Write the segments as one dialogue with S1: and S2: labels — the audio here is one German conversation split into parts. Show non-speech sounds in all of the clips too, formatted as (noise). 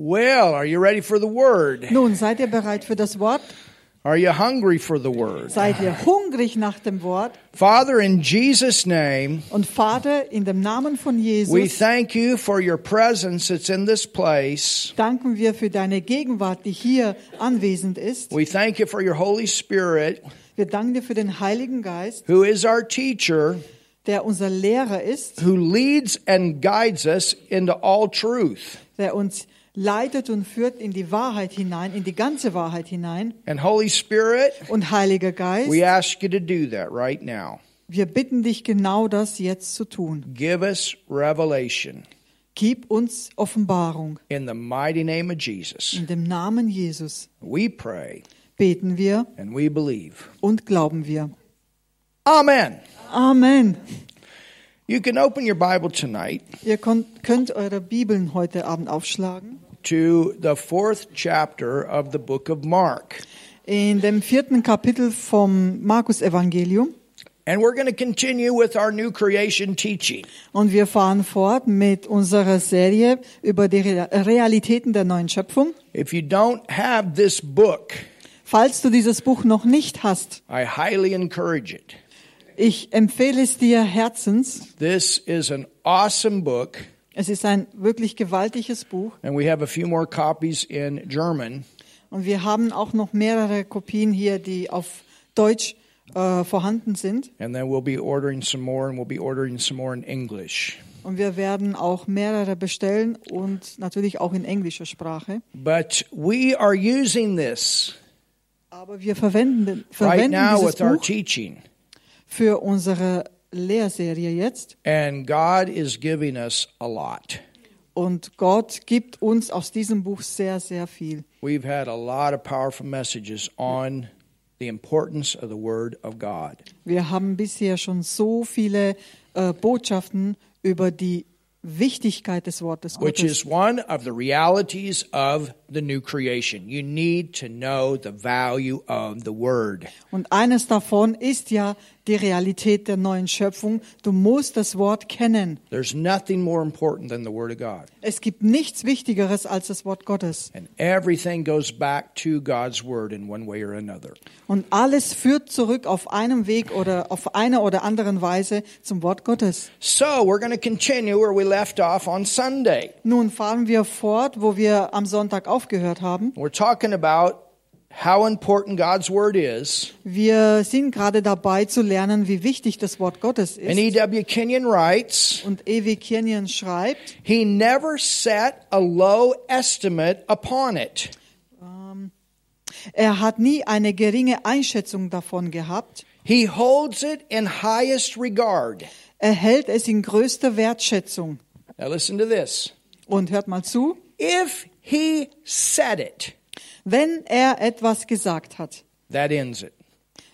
S1: Well, are you ready for the word?
S2: Nun seid ihr bereit für das Wort?
S1: Are you hungry for the word?
S2: Seid ihr hungrig nach dem Wort?
S1: Father, in Jesus' name,
S2: Und Vater, in dem Namen von
S1: we
S2: Jesus
S1: thank you for your presence that's in this place.
S2: danken wir für deine Gegenwart, die hier anwesend ist.
S1: We thank you for your Holy Spirit,
S2: Wir danken dir für den Heiligen Geist,
S1: who is our teacher,
S2: der unser Lehrer ist,
S1: who leads and guides us into all truth.
S2: der uns leitet und führt in die Wahrheit hinein, in die ganze Wahrheit hinein.
S1: And Holy Spirit,
S2: Und Heiliger Geist,
S1: we ask you to do that right now.
S2: wir bitten dich genau das jetzt zu tun.
S1: Give us revelation
S2: Gib uns Offenbarung.
S1: in the mighty name of Jesus.
S2: In dem Namen Jesus
S1: We pray
S2: beten wir
S1: and we believe.
S2: und glauben wir.
S1: Amen.
S2: Amen.
S1: You can open your Bible tonight
S2: Ihr kon- könnt eure Bibeln heute Abend aufschlagen.
S1: to the fourth chapter of the book of Mark.
S2: In dem vierten Kapitel vom Markus-Evangelium.
S1: And we're going to continue with our new creation teaching.
S2: Und wir fahren fort mit unserer Serie über die Re- Realitäten der neuen Schöpfung.
S1: If you don't have this book,
S2: Falls du dieses Buch noch nicht hast,
S1: I highly encourage it.
S2: ich empfehle es dir herzens.
S1: This is an awesome book,
S2: Es ist ein wirklich gewaltiges Buch.
S1: and we have a few more copies in German.
S2: Und wir haben auch noch mehrere Kopien hier, die auf Deutsch äh, vorhanden sind.
S1: And then we'll be ordering some more, and we'll be ordering some more in English.
S2: Und wir werden auch mehrere bestellen und natürlich auch in englischer Sprache.
S1: But we are using this
S2: Aber wir verwenden,
S1: right
S2: verwenden
S1: now
S2: dieses
S1: with our
S2: Buch
S1: teaching.
S2: für unsere Lehrserie jetzt.
S1: And God is giving us a lot.
S2: Und Gott gibt uns aus diesem Buch sehr, sehr viel.
S1: We've had a lot of powerful messages on the importance of the Word of God.
S2: Wir haben bisher schon so viele äh, Botschaften über die Wichtigkeit des Wortes
S1: Which
S2: Gottes.
S1: is one of the realities of the new creation. You need to know the value of the Word.
S2: Und eines davon ist ja die Realität der neuen Schöpfung. Du musst das Wort kennen.
S1: There's nothing more important than the Word of God.
S2: Es gibt nichts Wichtigeres als das Wort Gottes.
S1: And everything goes back to God's Word in one way or another.
S2: Und alles führt zurück auf einem Weg oder auf einer oder anderen Weise zum Wort Gottes.
S1: So we're going to continue where we left off on Sunday.
S2: Nun fahren wir fort, wo wir am Sonntag aufgehört haben.
S1: We're talking about how important God's Word is.
S2: Wir sind gerade dabei zu lernen, wie wichtig das Wort Gottes
S1: And
S2: ist.
S1: E.W. Kenyon writes,
S2: Und Ewi Kirnian schreibt,
S1: He never set a low estimate upon it.
S2: ähm, er hat nie eine geringe Einschätzung davon gehabt.
S1: He holds it in highest regard.
S2: Er hält es in größter Wertschätzung.
S1: Now, listen to this.
S2: Und hört mal zu,
S1: If he said it,
S2: wenn er etwas gesagt hat,
S1: that ends it.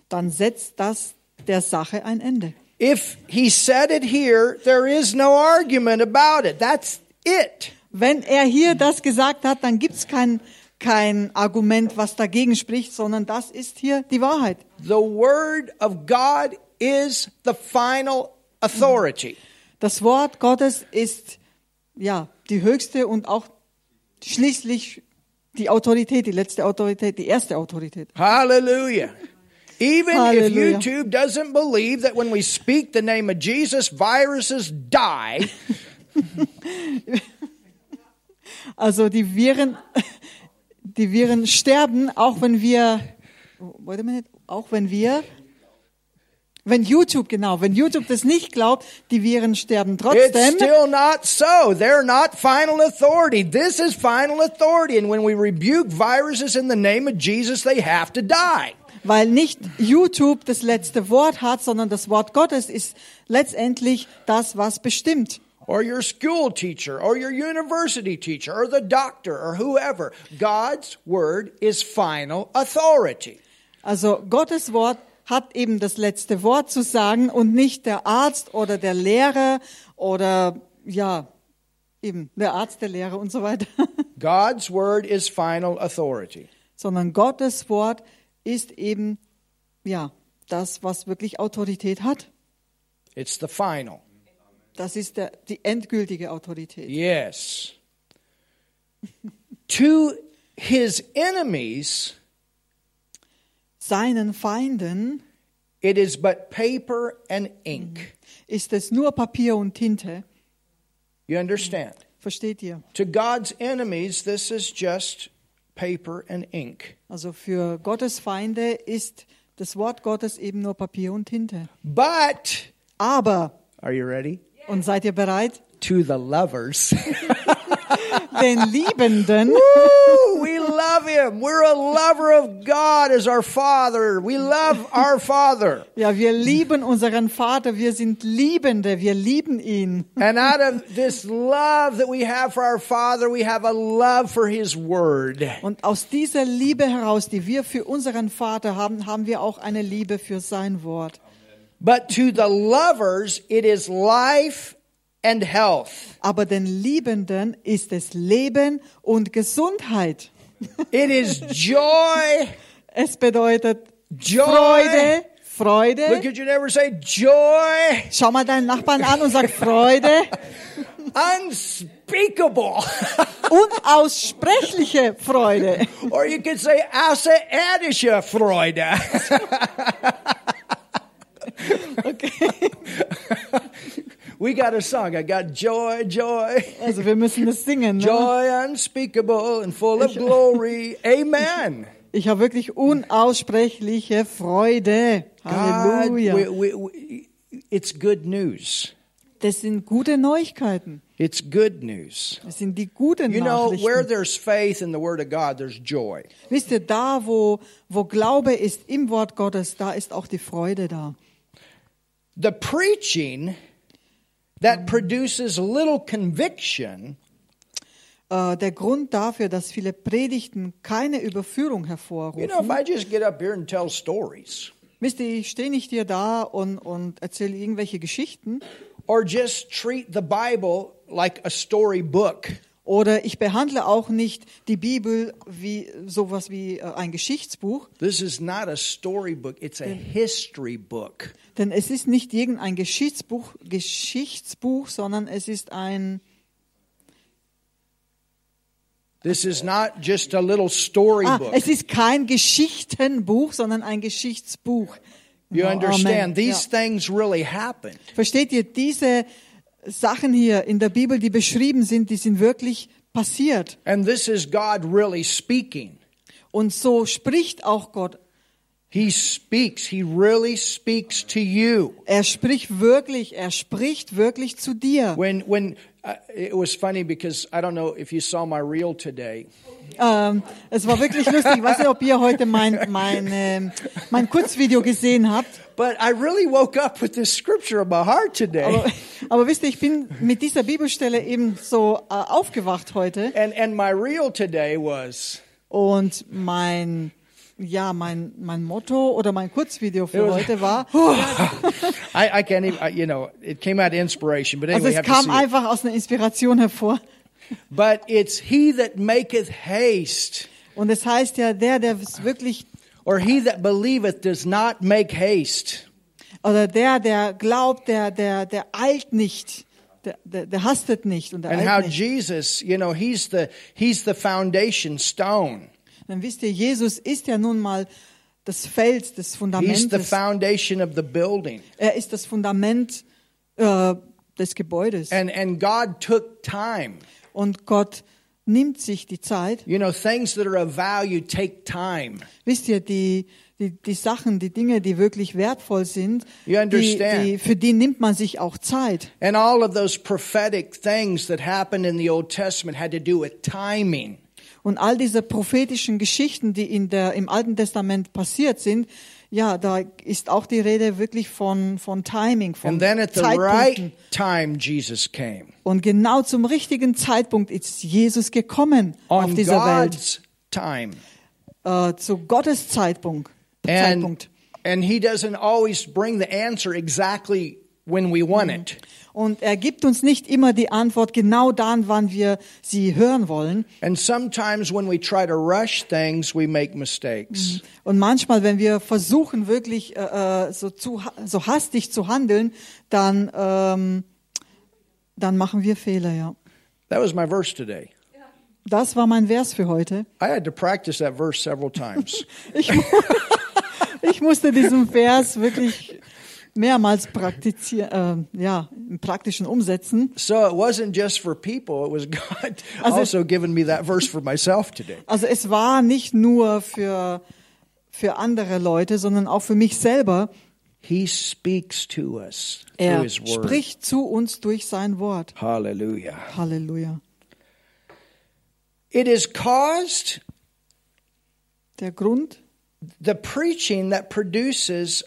S2: dann setzt das der Sache ein Ende.
S1: If he said it here, there is no argument about it. That's it.
S2: Wenn er hier das gesagt hat, dann gibt's kein, kein Argument, was dagegen spricht, sondern das ist hier die Wahrheit.
S1: The Word of God is the final authority.
S2: Das Wort Gottes ist ja die höchste und auch schließlich die Autorität, die letzte Autorität, die erste Autorität.
S1: Hallelujah. Even
S2: Hallelujah.
S1: if YouTube doesn't believe that when we speak the name of Jesus, viruses die,
S2: Also die Viren, (laughs) die Viren sterben, auch wenn wir, wait a minute, auch wenn wir, wenn YouTube genau, wenn YouTube das nicht glaubt, die Viren sterben
S1: It's
S2: trotzdem.
S1: still not so. They're not final authority. This is final authority. And when we rebuke viruses in the name of Jesus, they have to die.
S2: Weil nicht YouTube das letzte Wort hat, sondern das Wort Gottes ist letztendlich das, was bestimmt.
S1: Or your school teacher, or your university teacher, or the doctor, or whoever. God's word is final authority.
S2: Also Gottes Wort hat eben das letzte Wort zu sagen und nicht der Arzt oder der Lehrer oder ja, eben der Arzt, der Lehrer und so weiter, (laughs)
S1: God's word is final authority.
S2: sondern Gottes Wort ist eben ja, das, was wirklich Autorität hat.
S1: It's the final.
S2: Das ist der, die endgültige Autorität.
S1: Yes. (laughs) to his enemies,
S2: Seinen Feinden
S1: it is but paper and ink.
S2: ist es nur Papier und Tinte.
S1: You understand?
S2: Versteht ihr?
S1: To God's enemies, this is just paper and ink.
S2: Also für Gottes Feinde ist das Wort Gottes eben nur Papier und Tinte.
S1: But,
S2: Aber,
S1: are you ready?
S2: und seid ihr bereit?
S1: To the lovers. (laughs)
S2: Den Liebenden,
S1: Woo! We love him. We're a lover of God as our Father. We love our Father.
S2: ja, wir lieben unseren Vater, wir sind Liebende, wir lieben ihn.
S1: And out of this love that we have for our Father, we have a love for His Word.
S2: Und aus dieser Liebe heraus, die wir für unseren Vater haben, haben wir auch eine Liebe für sein Wort.
S1: But to the lovers, it is life and health.
S2: Aber den Liebenden ist es Leben und Gesundheit.
S1: It is joy.
S2: Es bedeutet
S1: Joy.
S2: Freude,
S1: Look
S2: Freude.
S1: at your neighbor and say, joy
S2: Schau mal deinen Nachbarn an und sag Freude,
S1: unspeakable. (laughs)
S2: unaussprechliche Freude.
S1: or you could say, außerirdische (laughs) Freude. (laughs) we got a song. I got joy, joy.
S2: Also wir müssen das singen. Ne?
S1: Joy unspeakable and full of glory. Amen.
S2: Ich habe wirklich unaussprechliche Freude.
S1: God, we,
S2: Halleluja.
S1: we, we, it's good news.
S2: Das sind gute Neuigkeiten.
S1: It's good news.
S2: Das sind die guten
S1: You know, where
S2: Nachrichten.
S1: there's faith in the Word of God, there's joy.
S2: Wisst ihr, da wo, wo Glaube ist im Wort Gottes, da ist auch die Freude da.
S1: The preaching that produces little conviction
S2: Äh, der Grund dafür, dass viele Predigten keine
S1: You
S2: Überführung
S1: know, if
S2: hervorrufen.
S1: I just get up here and tell stories
S2: Wisst ihr, ich stehe nicht hier da und, und erzähle irgendwelche Geschichten
S1: or just treat the Bible like a storybook,
S2: oder ich behandle auch nicht die Bibel wie sowas wie äh, ein Geschichtsbuch,
S1: this is not a storybook, it's a history book.
S2: denn es ist nicht irgendein Geschichtsbuch, Geschichtsbuch, sondern es ist ein
S1: This is not just a little storybook.
S2: Ah, es ist kein Geschichtenbuch, sondern ein Geschichtsbuch.
S1: you
S2: Genau,
S1: understand?
S2: Oh, Amen.
S1: These
S2: Ja.
S1: things really happened.
S2: Versteht ihr, diese Sachen hier in der Bibel, die beschrieben sind, die sind wirklich passiert.
S1: And this is God really speaking.
S2: Und so spricht auch Gott.
S1: He speaks, He really speaks to you.
S2: Er spricht wirklich, er spricht wirklich zu dir.
S1: When, when, uh, it was funny because I don't know if you saw my reel today.
S2: Ähm, es war wirklich lustig. Ich weiß nicht, ob ihr heute mein, mein, ähm, mein Kurzvideo gesehen habt.
S1: But I really woke up with this scripture in my heart today. (laughs)
S2: Aber, aber wisst ihr, ich bin mit dieser Bibelstelle eben so äh, aufgewacht heute.
S1: And and my reel today was
S2: Und mein, ja, mein, mein Motto oder mein Kurzvideo für
S1: (laughs)
S2: heute war,
S1: I, I can't even I, you know it came out of inspiration, but
S2: also
S1: anyway, you
S2: es
S1: have to
S2: kam
S1: see it.
S2: einfach aus einer Inspiration hervor.
S1: But it's he that maketh haste,
S2: Und es heißt ja, der, der es wirklich,
S1: or he that believeth does not make haste.
S2: oder der, der glaubt, der, der, der eilt nicht, der, der, der hastet nicht und der
S1: And how
S2: eilt nicht.
S1: Jesus, you know, he's the he's the foundation stone.
S2: Dann wisst ihr, Jesus ist ja nun mal das Fels des
S1: He's the
S2: Fundamentes.
S1: foundation of the building.
S2: Er ist das Fundament äh, des Gebäudes.
S1: And and God took time.
S2: Und Gott nimmt sich die Zeit,
S1: You know, things that are of value take time.
S2: Wisst ihr, die, die, die Sachen, die Dinge, die wirklich wertvoll sind,
S1: You
S2: die,
S1: understand.
S2: die, für die nimmt man sich auch Zeit.
S1: And all of those prophetic things that happened in the Old Testament had to do with timing.
S2: Und all diese prophetischen Geschichten, die in der, im Alten Testament passiert sind, ja, da ist auch die Rede wirklich von, von Timing, von
S1: And then at the
S2: Zeitpunkten.
S1: right time, Jesus came
S2: Und genau zum richtigen Zeitpunkt ist Jesus gekommen auf
S1: on
S2: dieser
S1: God's time.
S2: Welt, äh, zu Gottes Zeitpunkt.
S1: And,
S2: Zeitpunkt.
S1: and He doesn't always bring the answer exactly when we want it.
S2: Und er gibt uns nicht immer die Antwort genau dann, wann wir sie hören wollen.
S1: And sometimes when we try to rush things, we make mistakes.
S2: Und manchmal, wenn wir versuchen, wirklich äh, äh, so, zu, ha- so hastig zu handeln, dann, ähm, dann machen wir Fehler, ja.
S1: That was my verse today.
S2: Das war mein Vers für heute.
S1: I had to practice that verse several times.
S2: Ich, mu- ich musste diesen Vers wirklich mehrmals praktizieren, äh, ja, im praktischen umsetzen.
S1: so it wasn't just for people, it was God
S2: Also-
S1: also giving me that verse for myself today.
S2: Also es war nicht nur für, für andere Leute, sondern auch für mich selber.
S1: He speaks to us through
S2: Er
S1: his word.
S2: spricht zu uns durch sein Wort.
S1: Hallelujah.
S2: Halleluja.
S1: It is caused
S2: Der Grund,
S1: the preaching that produces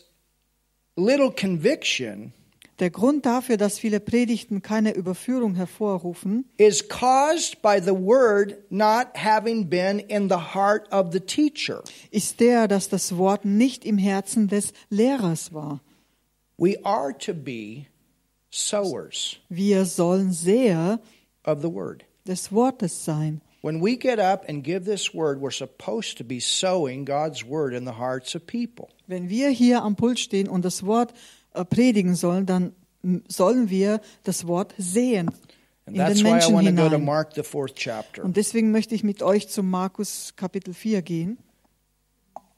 S1: little conviction
S2: der Grund dafür, dass viele Predigten keine Überführung hervorrufen,
S1: is caused by the word not having been in the heart of the teacher.
S2: ist der, dass das Wort nicht im Herzen des Lehrers war.
S1: We are to be sowers
S2: Wir sollen Seher
S1: of the word.
S2: des Wortes sein.
S1: When we get up and give this word, we're supposed to be sowing God's word in the hearts of people.
S2: Wenn wir hier am Pult stehen und das Wort äh, predigen sollen, dann m, sollen wir das Wort sehen in
S1: And that's
S2: den
S1: why I
S2: Menschen
S1: want to go to
S2: hinein.
S1: Mark, the fourth chapter.
S2: Und deswegen möchte ich mit euch zu Markus Kapitel 4 gehen.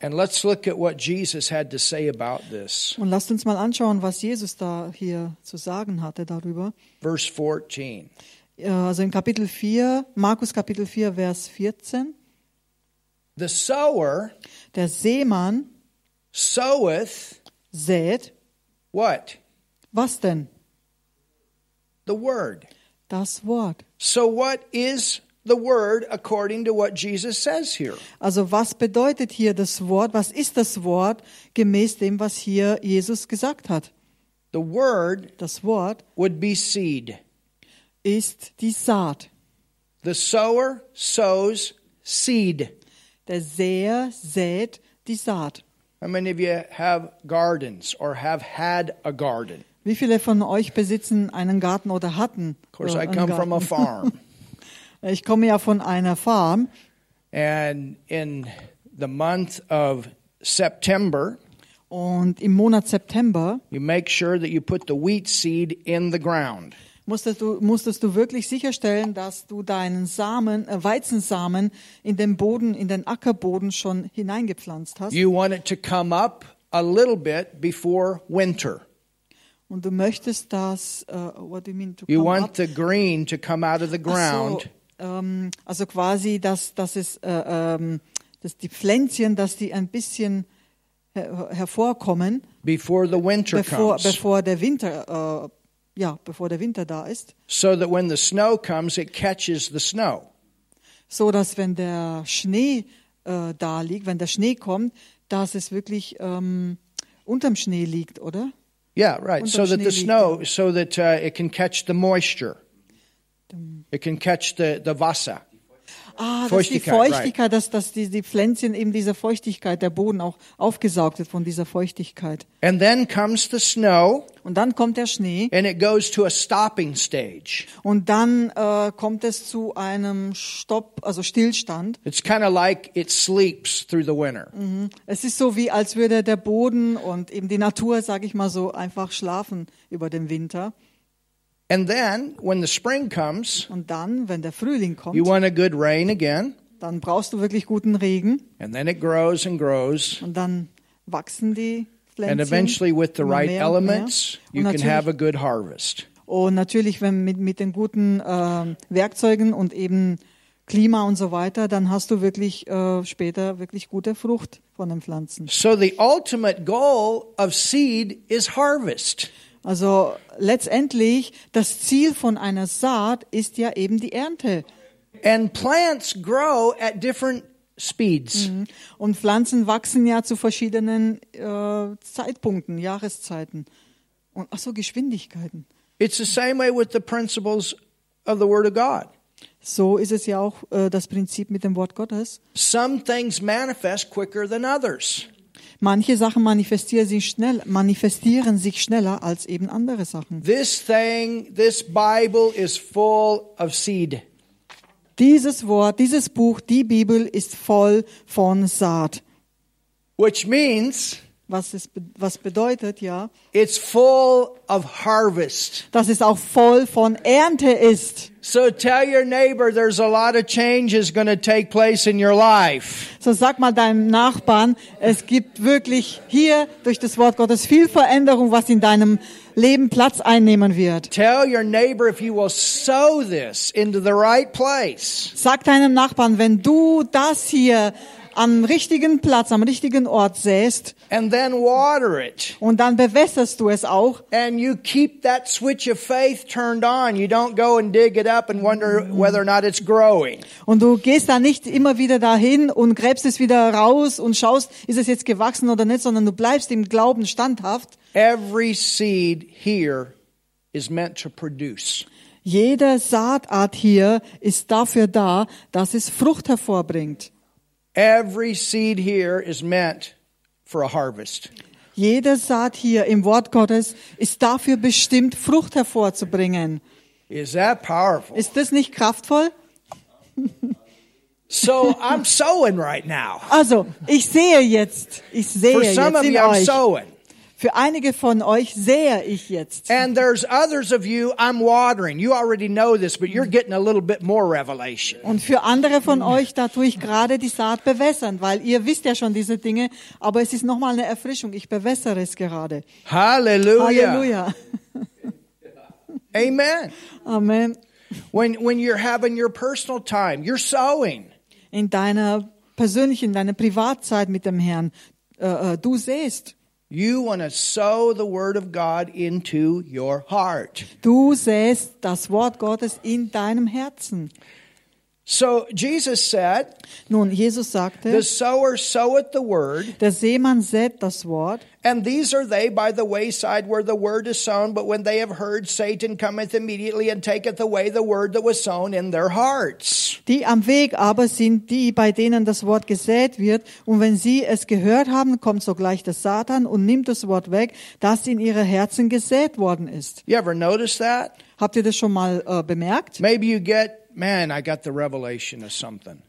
S1: And let's look at what Jesus had to say about this.
S2: Und lasst uns mal anschauen, was Jesus da hier zu sagen hatte darüber.
S1: Verse 14.
S2: Äh, Also in Kapitel 4, Markus Kapitel 4, Vers 14.
S1: The sower
S2: Der Seemann
S1: soweth
S2: sät,
S1: what?
S2: was denn?
S1: The word.
S2: Das Wort.
S1: So, what is the word according to what Jesus says here?
S2: Also was bedeutet hier das Wort? Was ist das Wort gemäß dem, was hier Jesus gesagt hat?
S1: The word
S2: Das Wort
S1: would be seed.
S2: ist die Saat.
S1: The sower sows seed.
S2: Der Säher sät die Saat.
S1: How many of you have gardens or have had a garden?
S2: Wie viele von euch besitzen einen Garten oder hatten?
S1: Of course,
S2: äh,
S1: I
S2: einen
S1: come from a
S2: Garten?
S1: farm.
S2: Ich komme ja von einer Farm
S1: and in the month of September,
S2: und im Monat September
S1: you make sure that you put the wheat seed in the ground.
S2: musstest du, musstest du wirklich sicherstellen, dass du deinen Samen, äh, Weizensamen in den Boden, in den Ackerboden schon hineingepflanzt hast.
S1: You want it to come up a little bit before winter.
S2: Und du möchtest das, äh, what do you mean, to
S1: You
S2: come
S1: want
S2: up?
S1: the green to come out of the
S2: Ach
S1: ground.
S2: So, ähm, also quasi, dass, dass, es, äh, ähm, dass die Pflänzchen, dass die ein bisschen her hervorkommen,
S1: before the winter
S2: bevor,
S1: comes.
S2: bevor der Winter, äh, ja, bevor der Winter da ist,
S1: so that when the snow comes, it catches the snow.
S2: so dass wenn der Schnee äh, da liegt, wenn der Schnee kommt, dass es wirklich ähm, unterm Schnee liegt, oder?
S1: Yeah, right.
S2: Und
S1: So
S2: am
S1: that the
S2: Schnee liegt,
S1: snow, so that uh, it can catch the moisture. It can catch the, the Wasser.
S2: Ah, dass die
S1: Feuchtigkeit, right.
S2: Feuchtigkeit, dass, dass die, die Pflänzchen eben dieser Feuchtigkeit, der Boden auch aufgesaugt wird von dieser Feuchtigkeit.
S1: And then comes the snow,
S2: Und dann kommt der Schnee
S1: and it goes to a stopping stage.
S2: und dann äh, kommt es zu einem Stopp, also Stillstand.
S1: It's kind of like it sleeps through the winter.
S2: Mhm. Es ist so wie, als würde der Boden und eben die Natur, sage ich mal so, einfach schlafen über den Winter.
S1: And then when the spring comes,
S2: Und dann, wenn der Frühling kommt,
S1: you want a good rain again,
S2: dann brauchst du wirklich guten Regen
S1: and then it grows and grows.
S2: und dann wachsen die Pflänzchen.
S1: And eventually, with the
S2: immer
S1: right
S2: mehr und mehr.
S1: elements,
S2: Und
S1: you can have
S2: natürlich,
S1: a good harvest.
S2: und natürlich wenn mit, mit den guten ähm, Werkzeugen und eben Klima und so weiter, dann hast du wirklich äh, später wirklich gute Frucht von den Pflanzen.
S1: So the ultimate goal of seed is harvest.
S2: Also letztendlich, das Ziel von einer Saat ist ja eben die Ernte.
S1: And plants grow at different speeds.
S2: Mm-hmm. Und Pflanzen wachsen ja zu verschiedenen äh, Zeitpunkten, Jahreszeiten. Und ach so, Geschwindigkeiten.
S1: It's the same way with the principles of the Word of God.
S2: So ist es ja auch äh, das Prinzip mit dem Wort Gottes.
S1: Some things manifest quicker than others.
S2: Manche Sachen manifestieren sich, schnell, manifestieren sich schneller als eben andere Sachen.
S1: This thing, this Bible is full of seed.
S2: Dieses Wort, dieses Buch, die Bibel ist voll von Saat.
S1: Which means
S2: was es be- was bedeutet, ja,
S1: It's full of harvest.
S2: dass es auch voll von Ernte ist.
S1: So tell your neighbor there's a lot of changes going to take place in your life.
S2: So sag mal deinem Nachbarn, es gibt wirklich hier durch das Wort Gottes viel Veränderung, was in deinem Leben Platz einnehmen wird.
S1: Tell your neighbor if you will sow this into the right place,
S2: Sag deinem Nachbarn, wenn du das hier am richtigen Platz, am richtigen Ort säst
S1: and then water it.
S2: und dann bewässerst du es auch,
S1: And you keep that switch of faith turned on. You don't go and dig it up and wonder whether or not it's growing.
S2: Und du gehst da nicht immer wieder dahin und gräbst es wieder raus und schaust, ist es jetzt gewachsen oder nicht, sondern du bleibst im Glauben standhaft.
S1: Every seed here is meant to produce.
S2: Jede Saatart hier ist dafür da, dass es Frucht hervorbringt.
S1: Every seed here is meant for a harvest.
S2: Jede Saat hier im Wort Gottes ist dafür bestimmt, Frucht hervorzubringen.
S1: Is that powerful?
S2: Ist das nicht kraftvoll?
S1: So I'm sowing right now.
S2: Also, ich sehe jetzt, ich sehe
S1: For some
S2: jetzt
S1: of
S2: in
S1: you, I'm
S2: euch.
S1: sowing.
S2: Für einige von euch sehe ich jetzt.
S1: And there's others of you I'm watering. You already know this, but you're getting a little bit more revelation.
S2: Und für andere von euch, da tue ich gerade die Saat bewässern, weil ihr wisst ja schon diese Dinge, aber es ist nochmal eine Erfrischung. Ich bewässere es gerade.
S1: Hallelujah.
S2: Halleluja.
S1: Amen.
S2: Amen.
S1: When when you're having your personal time, you're sowing.
S2: In deiner persönlichen, in deiner Privatzeit mit dem Herrn, äh, äh, du säst.
S1: You want to sow the word of God into your heart.
S2: Du säst das Wort Gottes in deinem Herzen.
S1: So Jesus said,
S2: Nun, Jesus sagte,
S1: The sower soweth the word,
S2: der Seemann sät das Wort
S1: and these are they by the wayside where the word is sown. But when they have heard, Satan cometh immediately and taketh away the word that was sown in their hearts.
S2: Die am Weg aber sind die, bei denen das Wort gesät wird. Und wenn sie es gehört haben, kommt sogleich der Satan und nimmt das Wort weg, das in ihre Herzen gesät worden ist.
S1: You ever notice that?
S2: Habt ihr das schon mal äh, bemerkt?
S1: Maybe you get, man, I got the revelation of something.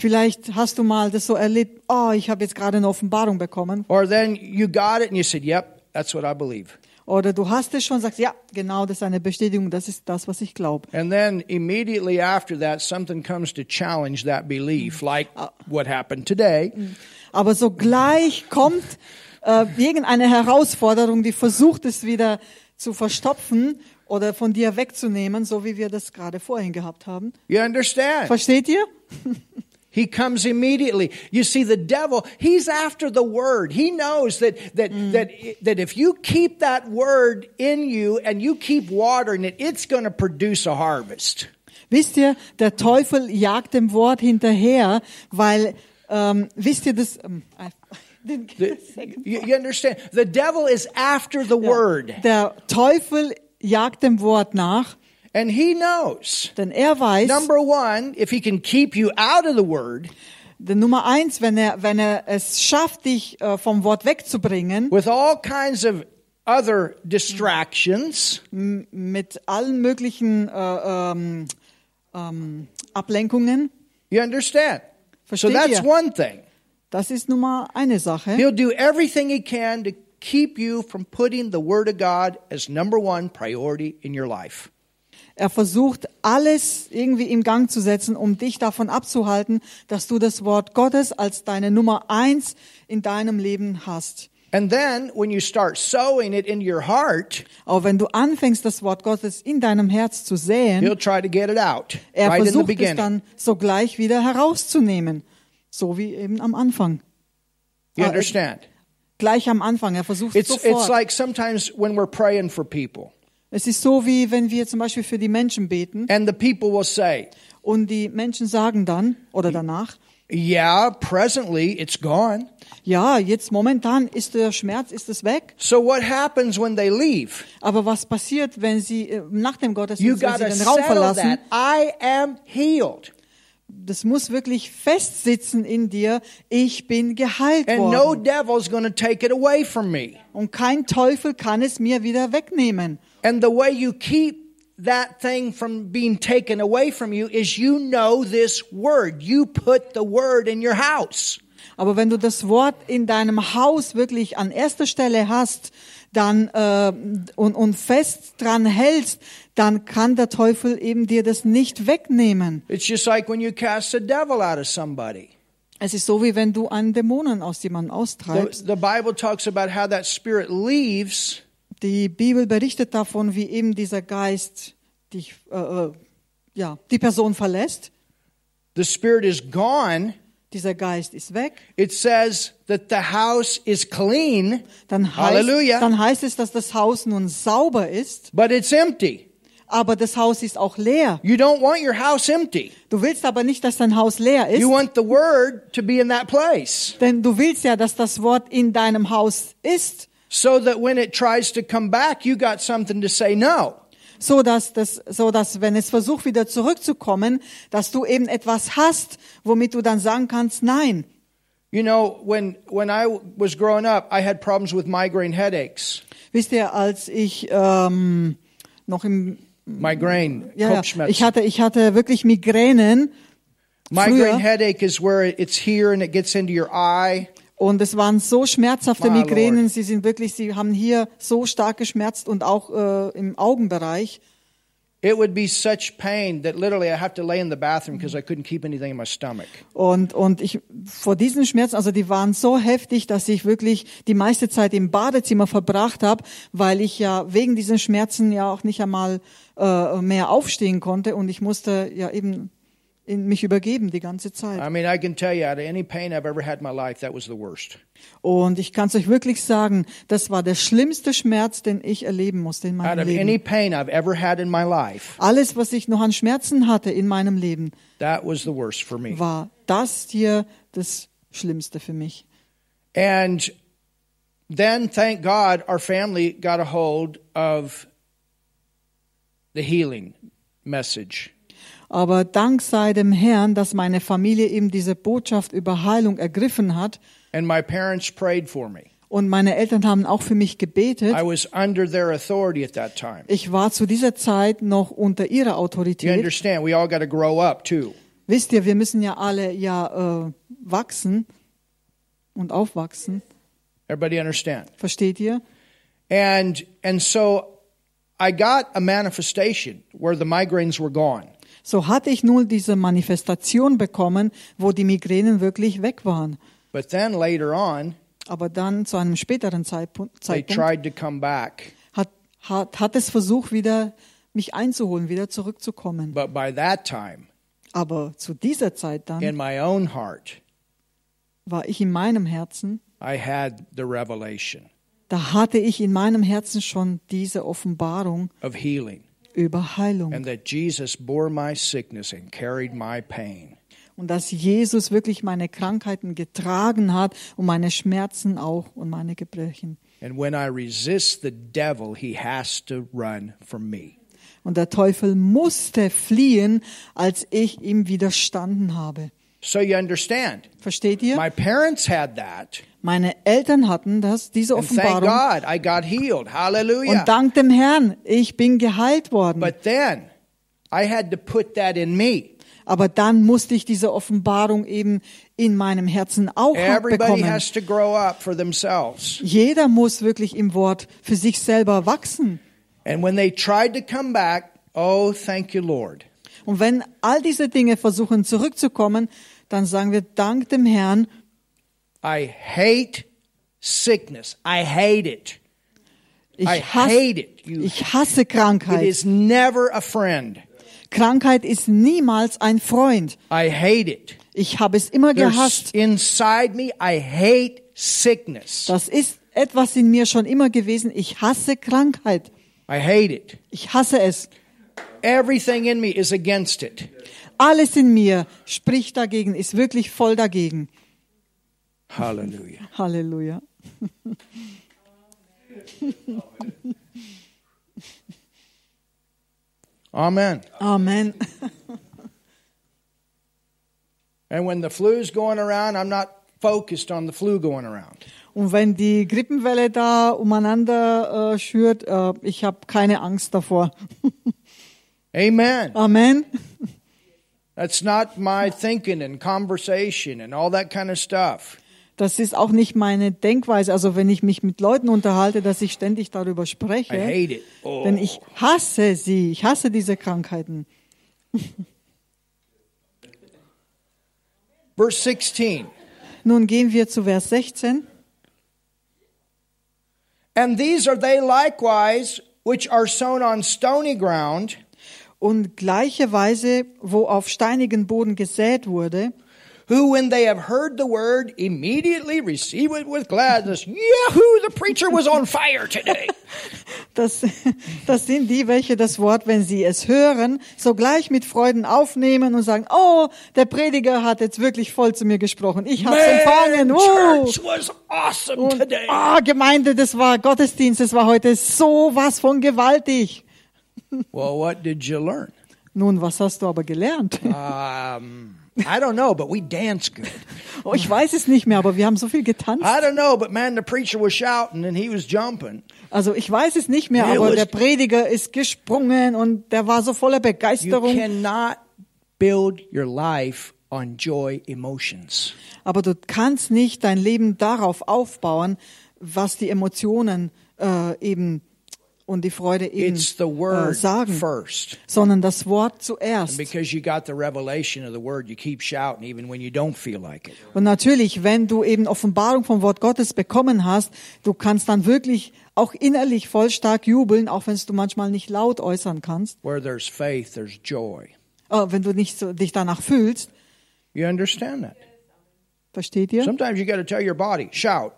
S2: Vielleicht hast du mal das so erlebt, oh, ich habe jetzt gerade eine Offenbarung bekommen.
S1: Or then you got it and you said, yep, that's what I believe.
S2: Oder du hast es schon, sagst, ja, genau, das ist eine Bestätigung, das ist das, was ich glaube.
S1: And then immediately after that, something comes to challenge that belief, like what happened today.
S2: Aber sogleich kommt äh, irgendeine Herausforderung, die versucht es wieder zu verstopfen oder von dir wegzunehmen, so wie wir das gerade vorhin gehabt haben.
S1: You understand?
S2: Versteht ihr?
S1: He comes immediately. You see, the devil, he's after the word. He knows that, that, that, that if you keep that word in you and you keep watering it, it's going to produce a harvest.
S2: Wisst ihr, der Teufel jagt dem Wort hinterher, weil, ähm, wisst ihr das? Ähm, (laughs) äh, den- (laughs)
S1: The- you, you understand? The devil is after the word,
S2: der Teufel jagt dem Wort nach,
S1: and he knows.
S2: denn er weiß,
S1: Number one, if he can keep you out of the word
S2: denn Nummer eins, wenn er, wenn er es schafft, dich äh, vom Wort wegzubringen,
S1: with all kinds of other distractions,
S2: m- mit allen möglichen äh, ähm, ähm, Ablenkungen,
S1: you understand? So
S2: Versteht
S1: that's
S2: ihr?
S1: one thing.
S2: das ist Nummer eine Sache.
S1: He'll do everything he can to keep you from putting the word of God as number one priority in your life.
S2: Er versucht alles irgendwie im Gang zu setzen, um dich davon abzuhalten, dass du das Wort Gottes als deine Nummer eins in deinem Leben hast.
S1: And then when you start sowing it into your heart,
S2: Aber wenn du anfängst, das Wort Gottes in deinem Herz zu säen,
S1: he'll try to get it out
S2: er
S1: right in the
S2: versucht es
S1: beginning.
S2: dann sogleich wieder herauszunehmen. So wie eben am Anfang.
S1: You
S2: Ah, es-
S1: understand?
S2: Gleich am Anfang. Er versucht es
S1: It's it's
S2: sofort.
S1: like sometimes when we're praying for people
S2: es ist so, wie wenn wir zum Beispiel für die Menschen beten
S1: and the people will say,
S2: und die Menschen sagen dann oder danach,
S1: "Yeah, presently it's gone."
S2: ja, jetzt momentan ist der Schmerz, ist es weg.
S1: So what happens when they leave?
S2: Aber was passiert, wenn sie äh, nach dem
S1: You
S2: Gottesdienst, wenn
S1: got
S2: sie
S1: to
S2: den Raum
S1: settle that.
S2: verlassen?
S1: I am healed.
S2: Das muss wirklich festsitzen in dir. Ich bin geheilt
S1: And no
S2: worden.
S1: devil's going to take it away from me.
S2: Und kein Teufel kann es mir wieder wegnehmen.
S1: And the way you keep that thing from being taken away from you is you know this word. You put the word in your house.
S2: Aber wenn du das Wort in deinem Haus wirklich an erster Stelle hast, dann äh, und, und fest dran hältst, dann kann der Teufel eben dir das nicht wegnehmen.
S1: It's just like when you cast the devil out of somebody.
S2: Es ist so wie wenn du einen Dämonen aus jemandem
S1: The,
S2: austreibst.
S1: the Bible talks about how that spirit leaves
S2: Die Bibel berichtet davon, wie eben dieser Geist dich, äh, äh, ja, die Person verlässt.
S1: the spirit is gone,
S2: Dieser Geist ist weg.
S1: it says that the house is clean,
S2: Dann heißt,
S1: Halleluja.
S2: dann heißt es, dass das Haus nun sauber ist,
S1: but it's empty.
S2: aber das Haus ist auch leer.
S1: You don't want your house empty.
S2: Du willst aber nicht, dass dein Haus leer ist,
S1: You want the word to be in that place
S2: denn du willst ja, dass das Wort in deinem Haus ist,
S1: so that when it tries to come back, you got something to say no.
S2: so dass das, so dass wenn es versucht wieder zurückzukommen, dass du eben etwas hast, womit du dann sagen kannst, nein.
S1: You know, when when I was growing up, I had problems with migraine headaches.
S2: Wisst ihr, als ich ähm, noch im
S1: Migraine,
S2: ja, ja,
S1: Kopfschmerzen.
S2: ich hatte ich hatte wirklich Migränen
S1: Migraine
S2: früher.
S1: headache is where it's here and it gets into your eye.
S2: Und es waren so schmerzhafte
S1: My
S2: Migränen.
S1: Lord.
S2: Sie sind wirklich, sie haben hier so stark geschmerzt und auch äh, im Augenbereich.
S1: It would be such pain that literally I have to lay in the bathroom because I couldn't keep anything in my stomach.
S2: Und, und ich, vor diesen Schmerzen, also die waren so heftig, dass ich wirklich die meiste Zeit im Badezimmer verbracht habe, weil ich ja wegen diesen Schmerzen ja auch nicht einmal äh, mehr aufstehen konnte und ich musste ja eben in mich übergeben die ganze Zeit.
S1: I mean, I can tell you, out of any pain I've ever had in my life, that was the worst.
S2: Und ich kann es euch wirklich sagen, das war der schlimmste Schmerz, den ich erleben musste in
S1: Out
S2: meinem
S1: of
S2: Leben.
S1: any pain I've ever had in my life,
S2: Alles, was ich noch an Schmerzen hatte in meinem Leben,
S1: that was the worst for me.
S2: war das hier das Schlimmste für mich.
S1: And then, thank God, our family got a hold of the healing message.
S2: Aber dank sei dem Herrn, dass meine Familie eben diese Botschaft über Heilung ergriffen hat
S1: And my parents prayed for me.
S2: und meine Eltern haben auch für mich gebetet.
S1: I was under their authority at that time.
S2: Ich war zu dieser Zeit noch unter ihrer
S1: You
S2: Autorität.
S1: understand, we all got to grow up too.
S2: Wisst ihr, wir müssen ja alle ja äh, wachsen und aufwachsen.
S1: Everybody understand?
S2: Versteht ihr?
S1: And and so I got a manifestation where the migraines were gone.
S2: So hatte ich nun diese Manifestation bekommen, wo die Migränen wirklich weg waren.
S1: But then later on,
S2: Aber dann zu einem späteren Zeitpunkt,
S1: they
S2: Zeitpunkt
S1: tried to come back.
S2: hat, hat, hat es versucht, wieder mich einzuholen, wieder zurückzukommen.
S1: But by that time,
S2: Aber zu dieser Zeit dann
S1: in my own heart,
S2: war ich in meinem Herzen,
S1: I had the revelation
S2: da hatte ich in meinem Herzen schon diese Offenbarung
S1: of healing
S2: über Heilung
S1: and that Jesus bore my sickness and carried my pain.
S2: und dass Jesus wirklich meine Krankheiten getragen hat und meine Schmerzen auch und meine Gebrechen.
S1: And when I resist the devil, he has to run from me.
S2: Und der Teufel musste fliehen, als ich ihm widerstanden habe.
S1: So you understand.
S2: Versteht ihr?
S1: My parents had that.
S2: Meine Eltern hatten das, diese
S1: And thank
S2: Offenbarung.
S1: God I got healed. Hallelujah.
S2: Und dank dem Herrn, ich bin geheilt worden.
S1: But then I had to put that in me.
S2: Aber dann musste ich diese Offenbarung eben in meinem Herzen auch
S1: Everybody
S2: bekommen.
S1: has to grow up for themselves.
S2: Jeder muss wirklich im Wort für sich selber wachsen.
S1: And when they tried to come back, oh, thank you, Lord.
S2: Und wenn all diese Dinge versuchen zurückzukommen, dann sagen wir dank dem Herrn,
S1: I hate sickness. I hate it.
S2: ich
S1: I
S2: hasse,
S1: hate it. You-
S2: ich hasse
S1: It
S2: Krankheit.
S1: is never a friend.
S2: Krankheit ist niemals ein Freund.
S1: I hate it.
S2: Ich habe es immer
S1: There's
S2: gehasst.
S1: inside me, I hate sickness.
S2: Das ist etwas in mir schon immer gewesen. Ich hasse Krankheit.
S1: I hate it.
S2: Ich hasse es.
S1: Everything in me is against it.
S2: Alles in mir spricht dagegen, ist wirklich voll dagegen.
S1: Hallelujah.
S2: Halleluja.
S1: Amen.
S2: Amen.
S1: And when the flu's going around, I'm not focused on the flu going around.
S2: Und wenn die Grippenwelle da umeinander äh, schürt, äh, ich habe keine Angst davor.
S1: Amen.
S2: Amen.
S1: That's not my thinking and conversation and all that kind of stuff.
S2: Das ist auch nicht meine Denkweise. Also wenn ich mich mit Leuten unterhalte, dass ich ständig darüber
S1: I
S2: spreche,
S1: hate it. Oh.
S2: denn ich hasse sie. Ich hasse diese Krankheiten.
S1: Verse 16.
S2: Nun gehen wir zu Vers 16.
S1: And these are they likewise which are sown on stony ground,
S2: Und gleiche Weise, wo auf steinigen Boden gesät wurde,
S1: who when they have heard the word immediately receive it with gladness. Yahoo, the preacher was on fire today.
S2: das, (laughs) das sind die, welche das Wort, wenn sie es hören, sogleich mit Freuden aufnehmen und sagen, oh, der Prediger hat jetzt wirklich voll zu mir gesprochen. Ich hab's empfangen. Uh.
S1: church was awesome
S2: Und,
S1: today.
S2: oh, Gemeinde, das war Gottesdienst, das war heute sowas von gewaltig.
S1: Well, what did you learn?
S2: Nun, was hast du aber gelernt?
S1: Um, I don't know, but we danced good.
S2: Oh, ich weiß es nicht mehr, aber wir haben so viel getanzt.
S1: I don't know, but man, the preacher was shouting and he was jumping.
S2: Also ich weiß es nicht mehr,
S1: It
S2: aber
S1: was-
S2: der Prediger ist gesprungen und der war so voller
S1: You
S2: Begeisterung.
S1: cannot build your life on joy emotions.
S2: Aber du kannst nicht dein Leben darauf aufbauen, was die Emotionen äh, eben und die Freude eben
S1: It's the word
S2: äh, sagen,
S1: first.
S2: sondern das Wort zuerst.
S1: Because you got the revelation of the word, you keep shouting even when you don't feel like it.
S2: Und natürlich, wenn du eben Offenbarung vom Wort Gottes bekommen hast, du kannst dann wirklich auch innerlich voll stark jubeln, auch wenn es du manchmal nicht laut äußern kannst,
S1: Where there's faith, there's joy.
S2: äh, wenn du nicht so, dich danach fühlst.
S1: You understand that?
S2: Versteht ihr?
S1: Sometimes you got to tell your body, shout.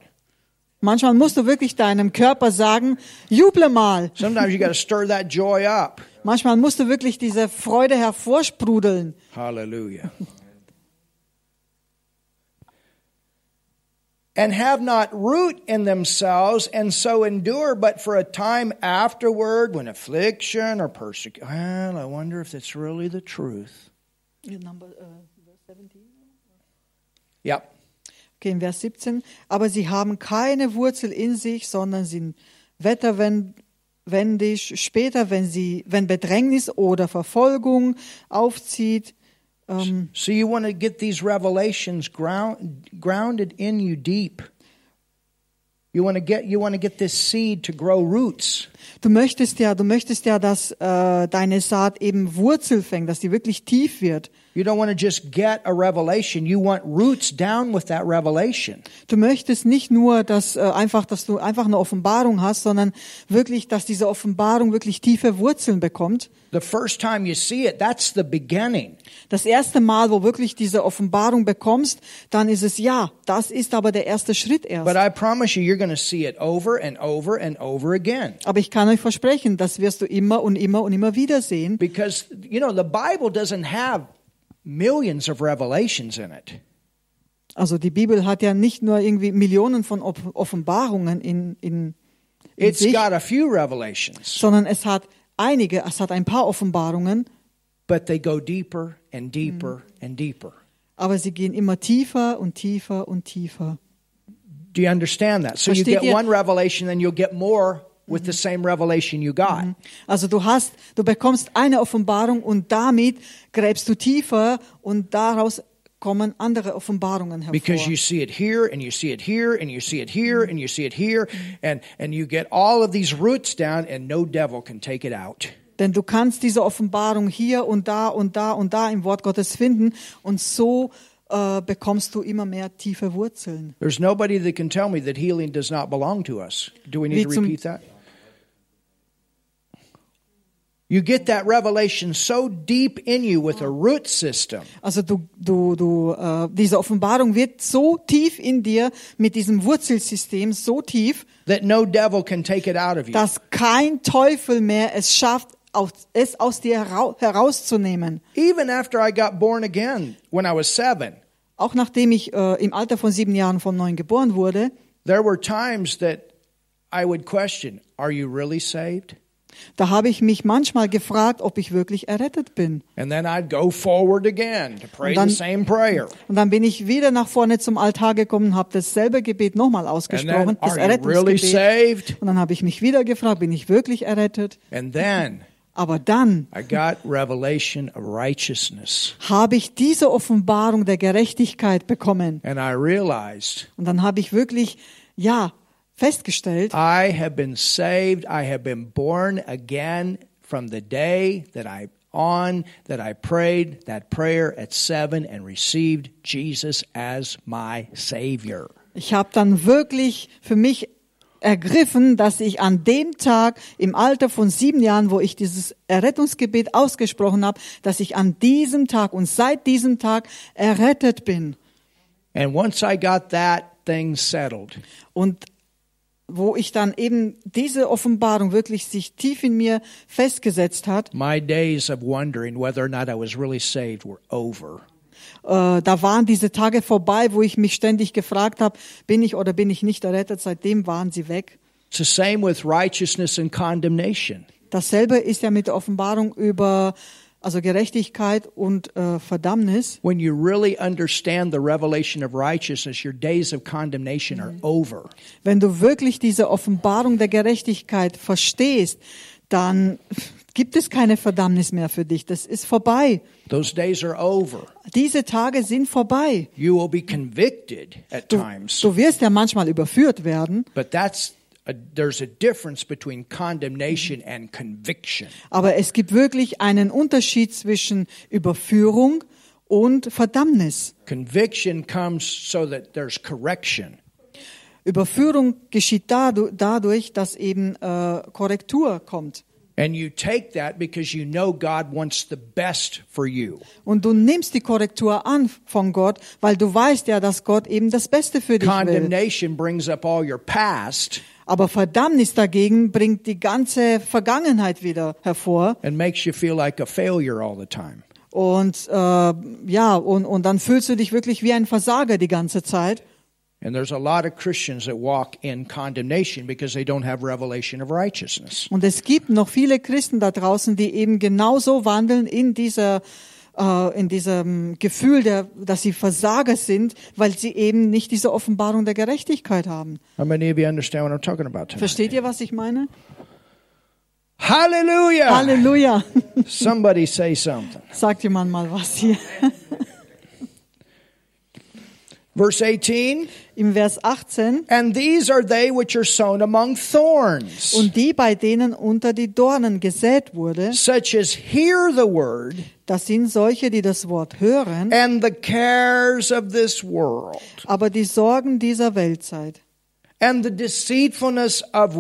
S2: Manchmal musst du wirklich deinem Körper sagen, juble mal.
S1: Sometimes you got to stir that joy up.
S2: Manchmal musst du wirklich diese Freude hervorsprudeln.
S1: Hallelujah. and have not root in themselves, and so endure but for a time afterward when affliction or persecution. Well, I wonder if that's really the truth. Yep.
S2: Okay, in Vers 17. Aber sie haben keine Wurzel in sich, sondern sind wetterwendig. Später, wenn sie, wenn Bedrängnis oder Verfolgung aufzieht, ähm,
S1: So you want to get these revelations ground, grounded in you deep. You want to get you want to get this seed to grow roots.
S2: du möchtest ja, du möchtest ja, dass äh, deine Saat eben Wurzel fängt, dass die wirklich tief wird.
S1: You don't want to just get a revelation. You want roots down with that revelation.
S2: Du möchtest nicht nur, dass äh, einfach, dass du einfach eine Offenbarung hast, sondern wirklich, dass diese Offenbarung wirklich tiefe Wurzeln bekommt.
S1: The first time you see it, that's the beginning.
S2: Das erste Mal, wo wirklich diese Offenbarung bekommst, dann ist es ja, das ist aber der erste Schritt erst.
S1: But I promise you, you're going to see it over and over and over again.
S2: Aber ich kann euch versprechen, das wirst du immer und immer und immer wieder sehen,
S1: Because, you know, the Bible doesn't have millions of revelations in it.
S2: Also die Bibel hat ja nicht nur irgendwie Millionen von Op- Offenbarungen in, in, in
S1: It's
S2: sich,
S1: got a few revelations,
S2: sondern es hat einige, es hat ein paar Offenbarungen,
S1: but they go deeper and deeper and deeper.
S2: aber sie gehen immer tiefer und tiefer und tiefer.
S1: Do you understand that? So you get
S2: Versteht ihr?
S1: one revelation, then you'll get more with the same revelation you got.
S2: Mm-hmm. Also du hast, du bekommst eine Offenbarung und damit gräbst du tiefer und daraus kommen andere Offenbarungen hervor.
S1: because you see it here and you see it here and you see it here and you see it here and and you get all of these roots down and no devil can take it out
S2: Denn du kannst diese Offenbarung hier und da und da und da im Wort Gottes finden und so äh, bekommst du immer mehr tiefe Wurzeln.
S1: there's nobody that can tell me that healing does not belong to us do we need
S2: Wie
S1: to
S2: zum-
S1: repeat that you get that revelation so deep in you with a root system
S2: Also du, du, du, äh, diese Offenbarung wird so tief in dir mit diesem Wurzelsystem so tief,
S1: that no devil can take it out of you
S2: dass kein Teufel mehr es schafft, aus, es aus dir herau- herauszunehmen.
S1: even after i got born again when i was 7
S2: Auch nachdem ich äh, im Alter von sieben Jahren von neuem geboren wurde,
S1: there were times that i would question are you really saved
S2: da habe ich mich manchmal gefragt, ob ich wirklich errettet bin.
S1: And then I'd go forward again to pray
S2: Und dann-
S1: the same prayer.
S2: Und dann bin ich wieder nach vorne zum Altar gekommen und habe dasselbe Gebet nochmal
S1: And then,
S2: ausgesprochen, das
S1: are you really
S2: Errettungsgebet.
S1: saved?
S2: Und dann habe ich mich wieder gefragt, bin ich wirklich errettet?
S1: And then
S2: Aber dann
S1: I got revelation of righteousness.
S2: habe ich diese Offenbarung der Gerechtigkeit bekommen.
S1: And I realized
S2: Und dann habe ich wirklich, ja, festgestellt,
S1: I have been saved. I have been born again from the day that I on that I prayed that prayer at 7 and received Jesus as my savior.
S2: ich habe dann wirklich für mich ergriffen, dass ich an dem Tag im Alter von sieben Jahren, wo ich dieses Errettungsgebet ausgesprochen habe, dass ich an diesem Tag und seit diesem Tag errettet bin.
S1: And once I got that thing settled,
S2: Und wo ich dann eben diese Offenbarung wirklich sich tief in mir festgesetzt hat,
S1: my days of wondering whether or not I was really saved were over.
S2: äh, da waren diese Tage vorbei, wo ich mich ständig gefragt habe, bin ich oder bin ich nicht errettet, seitdem waren sie weg.
S1: It's the same with righteousness and condemnation.
S2: Dasselbe ist ja mit der Offenbarung über also Gerechtigkeit und äh, Verdammnis.
S1: When you really understand the revelation of righteousness, your days of condemnation are over.
S2: Wenn du wirklich diese Offenbarung der Gerechtigkeit verstehst, dann gibt es keine Verdammnis mehr für dich. Das ist vorbei.
S1: Those days are over.
S2: Diese Tage sind vorbei.
S1: You will be convicted at times,
S2: Du wirst ja manchmal überführt werden,
S1: but that's a, there's a difference between condemnation and conviction.
S2: aber es gibt wirklich einen Unterschied zwischen Überführung und Verdammnis.
S1: Conviction comes so that there's correction.
S2: Überführung geschieht dadu- dadurch, dass eben äh, Korrektur kommt.
S1: And you take that because you know God wants the best for you.
S2: Und du nimmst die Korrektur an von Gott, weil du weißt ja, dass Gott eben das Beste für dich will.
S1: Condemnation brings up all your past
S2: Aber Verdammnis dagegen bringt die ganze Vergangenheit wieder hervor.
S1: and makes you feel like a failure all the time.
S2: Und äh, ja, und, und dann fühlst du dich wirklich wie ein Versager die ganze Zeit.
S1: And there's a lot of Christians that walk in condemnation because they don't have revelation of righteousness.
S2: Und es gibt noch viele Christen da draußen, die eben genauso wandeln in dieser äh, in diesem Gefühl, der, dass sie Versager sind, weil sie eben nicht diese Offenbarung der Gerechtigkeit haben.
S1: How many of you understand what I'm talking about tonight?
S2: Versteht ihr, was ich meine?
S1: Hallelujah!
S2: Halleluja!
S1: Somebody say something.
S2: Sagt jemand mal was hier. (laughs)
S1: Verse 18
S2: Im Vers 18.
S1: And these are they which are sown among thorns,
S2: Und die, bei denen unter die Dornen gesät wurde,
S1: such as hear the word
S2: das sind solche, die das Wort hören,
S1: and the cares of this world,
S2: aber die Sorgen dieser Weltzeit
S1: and the deceitfulness of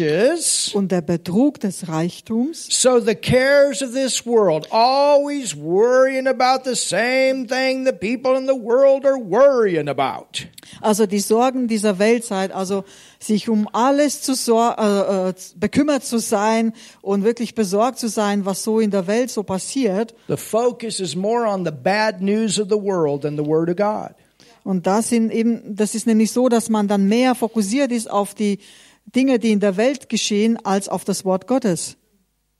S1: riches.
S2: und der Betrug des Reichtums
S1: So the cares of this world, always worrying about the same thing the people in the world are worrying about.
S2: Also die Sorgen dieser Weltzeit, also sich um alles zu sor äh, äh, bekümmert zu sein und wirklich besorgt zu sein, was so in der Welt so passiert.
S1: The focus is more on the bad news of the world than the Word of God.
S2: Und das sind eben, das ist nämlich so, dass man dann mehr fokussiert ist auf die Dinge, die in der Welt geschehen, als auf das Wort Gottes.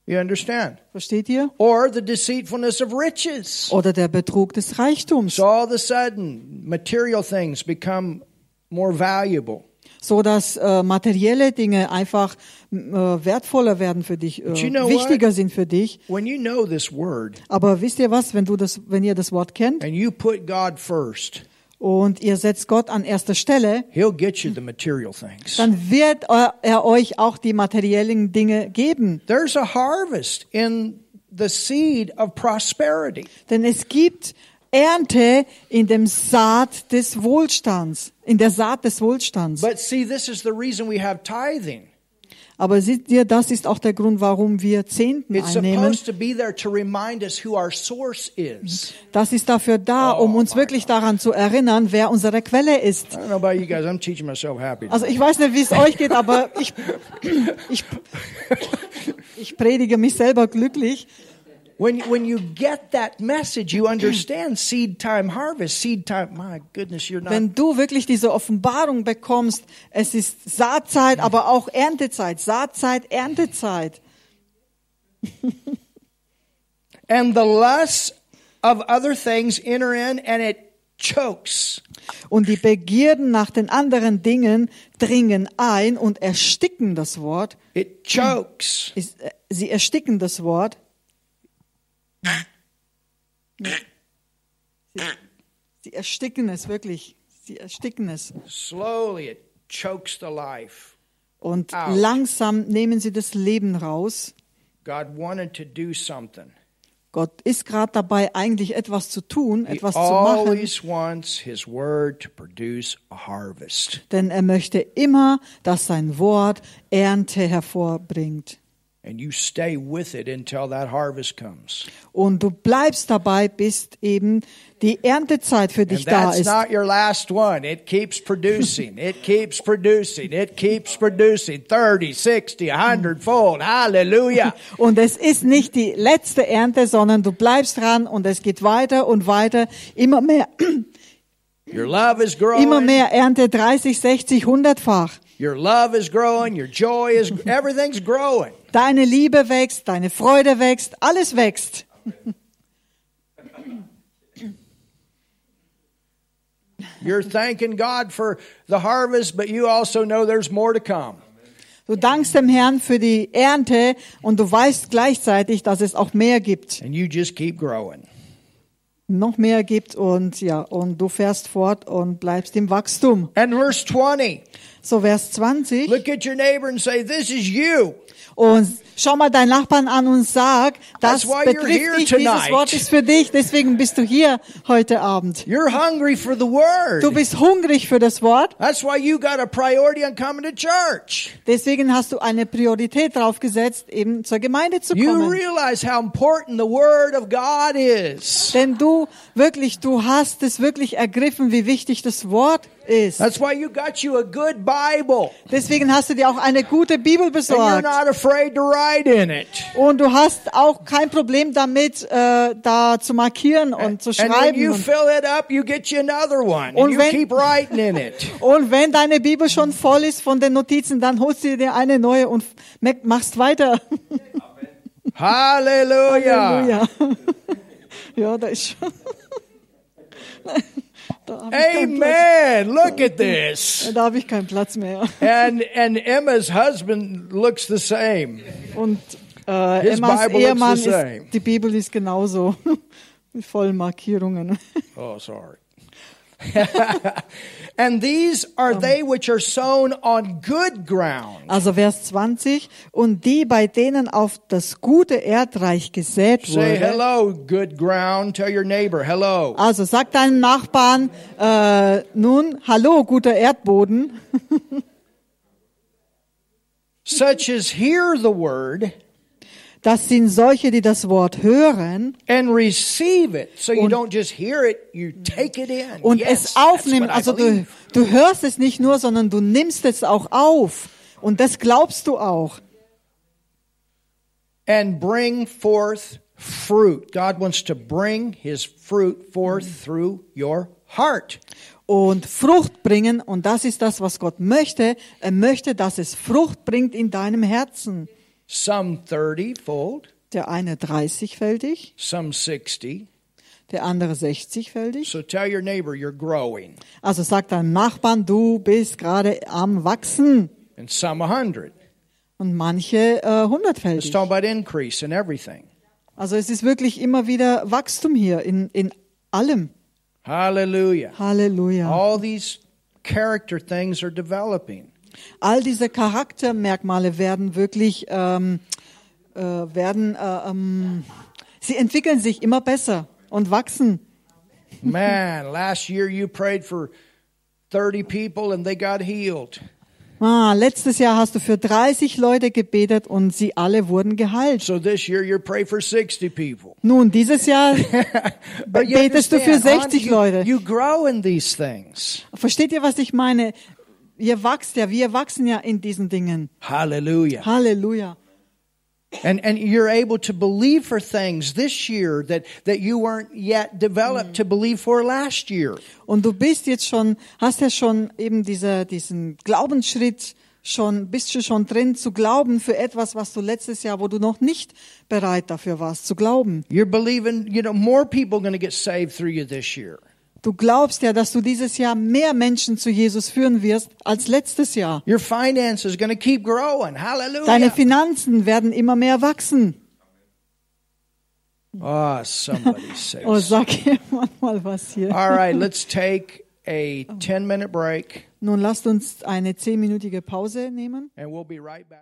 S1: You understand?
S2: Versteht ihr?
S1: Or the deceitfulness of riches.
S2: Oder der Betrug des Reichtums,
S1: So all of a sudden, material things become more valuable.
S2: so dass äh, materielle Dinge einfach m, äh, wertvoller werden für dich, äh,
S1: you know
S2: wichtiger sind für dich.
S1: When you know this word
S2: Aber wisst ihr was? Wenn du das, wenn ihr das Wort kennt
S1: and you put God first,
S2: und ihr setzt Gott an erster Stelle,
S1: He'll get you the material things.
S2: dann wird eu- er euch auch die materiellen Dinge geben.
S1: There's a harvest in the seed of prosperity.
S2: Denn es gibt Ernte in dem Saat des Wohlstands, in der Saat des Wohlstands.
S1: But see, this is the reason we have tithing.
S2: Aber seht ihr, das ist auch der Grund, warum wir Zehnten
S1: It's
S2: einnehmen.
S1: supposed to be there to remind us who our source is.
S2: Das ist dafür da, um uns wirklich daran zu erinnern, wer unsere Quelle ist.
S1: I don't know about you guys. I'm teaching myself happy.
S2: Also ich weiß nicht, wie es euch geht, aber ich, ich, ich predige mich selber glücklich.
S1: When, when you get that message, you understand seed time harvest, seed time. My goodness, you're not
S2: Wenn du wirklich diese Offenbarung bekommst, es ist Saatzeit, aber auch Erntezeit. Saatzeit, Erntezeit.
S1: and the lusts of other things enter in and it chokes.
S2: Und die Begierden nach den anderen Dingen dringen ein und ersticken das Wort.
S1: It chokes.
S2: Ist- äh, Sie ersticken das Wort. Ja. Sie, sie ersticken es wirklich. Sie ersticken es.
S1: Slowly, it chokes the life.
S2: Und
S1: Ouch.
S2: langsam nehmen sie das Leben raus.
S1: God wanted to do something.
S2: Gott ist gerade dabei, eigentlich etwas zu tun,
S1: He
S2: etwas zu machen.
S1: always wants His Word to produce a harvest.
S2: Denn er möchte immer, dass sein Wort Ernte hervorbringt.
S1: And you stay with it until that harvest comes.
S2: Und du bleibst dabei, bis eben die Erntezeit für
S1: And
S2: dich da
S1: that's
S2: ist.
S1: not your last one. It keeps producing. It keeps producing. It keeps producing 30, 60, 100 fold. Hallelujah.
S2: Und es ist nicht die letzte Ernte, sondern du bleibst dran und es geht weiter und weiter. Immer mehr,
S1: Your love is growing.
S2: immer mehr Ernte, 30, 60, 100-fach.
S1: Your love is growing. Your joy is, everything's growing.
S2: Deine Liebe wächst, deine Freude wächst, alles wächst.
S1: You're thanking God for the harvest, but you also know there's more to come.
S2: Du dankst dem Herrn für die Ernte und du weißt gleichzeitig, dass es auch mehr gibt,
S1: And you just keep growing.
S2: noch mehr gibt und ja, und du fährst fort und bleibst im Wachstum.
S1: And verse 20,
S2: So Vers 20.
S1: look at your neighbor and say, This is you.
S2: Und schau mal deinen Nachbarn an und sag,
S1: That's
S2: das
S1: why you're here
S2: betrifft dich,
S1: tonight.
S2: dieses Wort ist für dich, deswegen bist du hier heute Abend.
S1: You're hungry for the
S2: Du
S1: word.
S2: bist hungrig für das Wort,
S1: That's why you got a priority on coming to church.
S2: deswegen hast du eine Priorität drauf gesetzt, eben zur Gemeinde zu
S1: You
S2: kommen.
S1: realize how important the word of God is.
S2: Denn du wirklich, du hast es wirklich ergriffen, wie wichtig das Wort ist.
S1: That's why you got you a good Bible.
S2: Deswegen hast du dir auch eine gute Bibel
S1: And you're
S2: besorgt.
S1: not afraid to write in it.
S2: Und du hast auch kein Problem damit, äh, da zu markieren und zu
S1: And when
S2: schreiben.
S1: you
S2: Und,
S1: fill it up, you get you another one.
S2: Und
S1: And you
S2: wenn-
S1: keep writing in
S2: (laughs)
S1: it. (laughs)
S2: und wenn deine Bibel schon voll ist von den Notizen, dann holst du dir eine neue und me- machst weiter.
S1: Hallelujah.
S2: Halleluja. (laughs) ja, da ist schon. da habe ich, keinen Platz-
S1: Amen. Look at this.
S2: da hab ich keinen Platz mehr.
S1: And and Emma's husband looks the same.
S2: Und äh,
S1: His
S2: Emmas
S1: Bible looks
S2: Ehemann,
S1: the same.
S2: ist, die Bibel ist genauso. (laughs) Mit vollen Markierungen. (laughs)
S1: Oh, sorry. (laughs) and these are they which are sown on good ground.
S2: Also Vers 20. Und die, bei denen auf das gute Erdreich gesät
S1: Say
S2: wurde.
S1: hello, good ground. Tell your neighbor hello.
S2: Also sag deinem Nachbarn, äh, nun, hallo, guter Erdboden.
S1: Such as hear the word
S2: Das sind solche, die das Wort hören
S1: and receive it. So you
S2: Und-
S1: don't just hear it, you take it in.
S2: und
S1: yes, that's
S2: es
S1: what
S2: aufnehmen.
S1: I
S2: Also du,
S1: believe.
S2: du hörst es nicht nur, sondern du nimmst es auch auf. Und das glaubst du auch.
S1: and bring forth fruit. God wants to bring his fruit forth through your heart.
S2: und Frucht bringen. Und das ist das, was Gott möchte. Er möchte, dass es Frucht bringt in deinem Herzen.
S1: Some 30 fold,
S2: Der eine 30-fältig,
S1: some 60.
S2: der andere 60-fältig.
S1: So tell your neighbor you're growing,
S2: Also sagt deinem Nachbarn, du bist gerade am Wachsen.
S1: and some 100.
S2: Und manche äh,
S1: Let's
S2: 100-fältig.
S1: talk about increase in everything.
S2: Also es ist wirklich immer wieder Wachstum hier in, in allem.
S1: Hallelujah.
S2: Halleluja.
S1: All these character things are (laughs) developing.
S2: All diese Charaktermerkmale werden wirklich, ähm, äh, werden, äh, ähm, sie entwickeln sich immer besser und wachsen.
S1: Man, last year you prayed for 30 people and they got healed.
S2: Ah, letztes Jahr hast du für 30 Leute gebetet und sie alle wurden geheilt.
S1: So this year you pray for 60 people.
S2: Nun, dieses Jahr
S1: But you
S2: betest du für
S1: understand, on-
S2: 60
S1: you-
S2: Leute.
S1: You grow in these things.
S2: Versteht ihr, was ich meine? Ihr wachst ja, wir wachsen ja in diesen Dingen.
S1: Hallelujah.
S2: Halleluja.
S1: And and you're able to believe for things this year that that you weren't yet developed to believe for last year.
S2: Und du bist jetzt schon, hast ja schon eben dieser, diesen Glaubensschritt schon, bist du schon drin zu glauben für etwas, was du letztes Jahr, wo du noch nicht bereit dafür warst, zu glauben.
S1: You're believing, you know, more people are going to get saved through you this year.
S2: Du glaubst ja, dass du dieses Jahr mehr Menschen zu Jesus führen wirst als letztes Jahr.
S1: Your finance is going to keep growing. Hallelujah.
S2: Deine Finanzen werden immer mehr wachsen.
S1: oh, somebody says.
S2: Oh, sag (laughs) jemand mal was hier.
S1: All right, let's take a 10 minute break
S2: Nun lasst uns eine zehnminütige Pause nehmen.
S1: and we'll be right back.